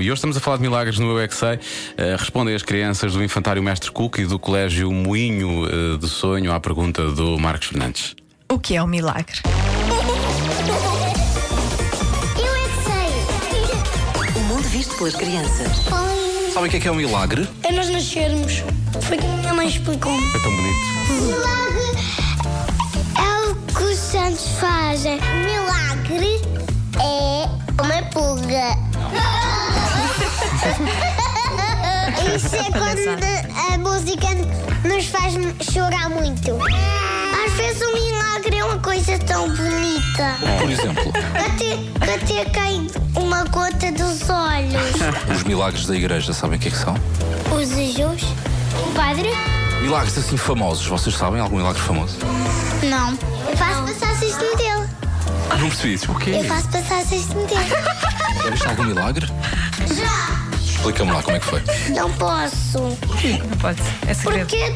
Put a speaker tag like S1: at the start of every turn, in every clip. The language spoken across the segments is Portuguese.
S1: E hoje estamos a falar de milagres no Eu é que Sei. Eh, respondem as crianças do Infantário Mestre Cook e do Colégio Moinho eh, do Sonho à pergunta do Marcos Fernandes.
S2: O que é um milagre?
S3: Eu é que sei.
S4: O mundo visto pelas crianças.
S5: Sabem o que é que é um milagre?
S3: É nós nascermos. Foi que minha mãe explicou-me.
S1: É tão bonito.
S3: Milagre é o que os santos fazem. Milagre é uma pulga. Isso é quando a música nos faz chorar muito. Às vezes o milagre é uma coisa tão bonita.
S5: Por exemplo,
S3: Até, até cai uma gota dos olhos.
S5: os milagres da igreja, sabem o que é que são?
S3: Os anjos? O padre?
S5: Milagres assim famosos, vocês sabem algum milagre famoso?
S3: Não. Eu faço passagens no dele.
S5: Não percebi isso. Porquê?
S3: Eu faço passagens no dele.
S5: Já viste algum milagre?
S3: Já!
S5: Explica-me lá como é que foi.
S3: Não posso.
S2: Não pode, é segredo.
S3: Porque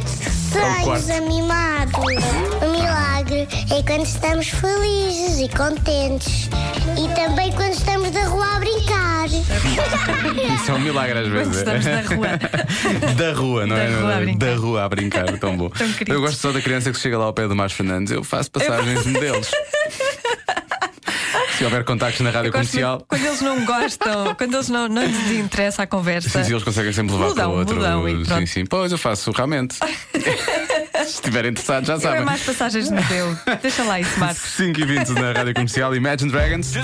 S3: desenhos animados. O milagre é quando estamos felizes e contentes. E também quando estamos na rua a brincar.
S1: Isso é um milagre às
S2: Quando
S1: vezes.
S2: estamos na rua.
S1: da rua, não
S2: Da
S1: é?
S2: rua a brincar.
S1: da rua a brincar, é tão bom.
S2: Tão querido.
S1: eu gosto só da criança que chega lá ao pé do Marcos Fernandes. Eu faço passagens deles. Se houver contactos na rádio
S2: Eu gosto
S1: comercial,
S2: muito quando eles não gostam, quando eles não, não lhes interessa a conversa.
S1: sim, sim, eles conseguem sempre levar
S2: Mudam,
S1: para o outro.
S2: mudam e
S1: sim,
S2: pronto.
S1: sim. Pois eu faço realmente. Se estiverem interessados, já
S2: Eu é
S1: sabem.
S2: mais passagens de Deus. Deixa lá isso, Marcos.
S1: 5 e 20 na Rádio Comercial Imagine Dragons.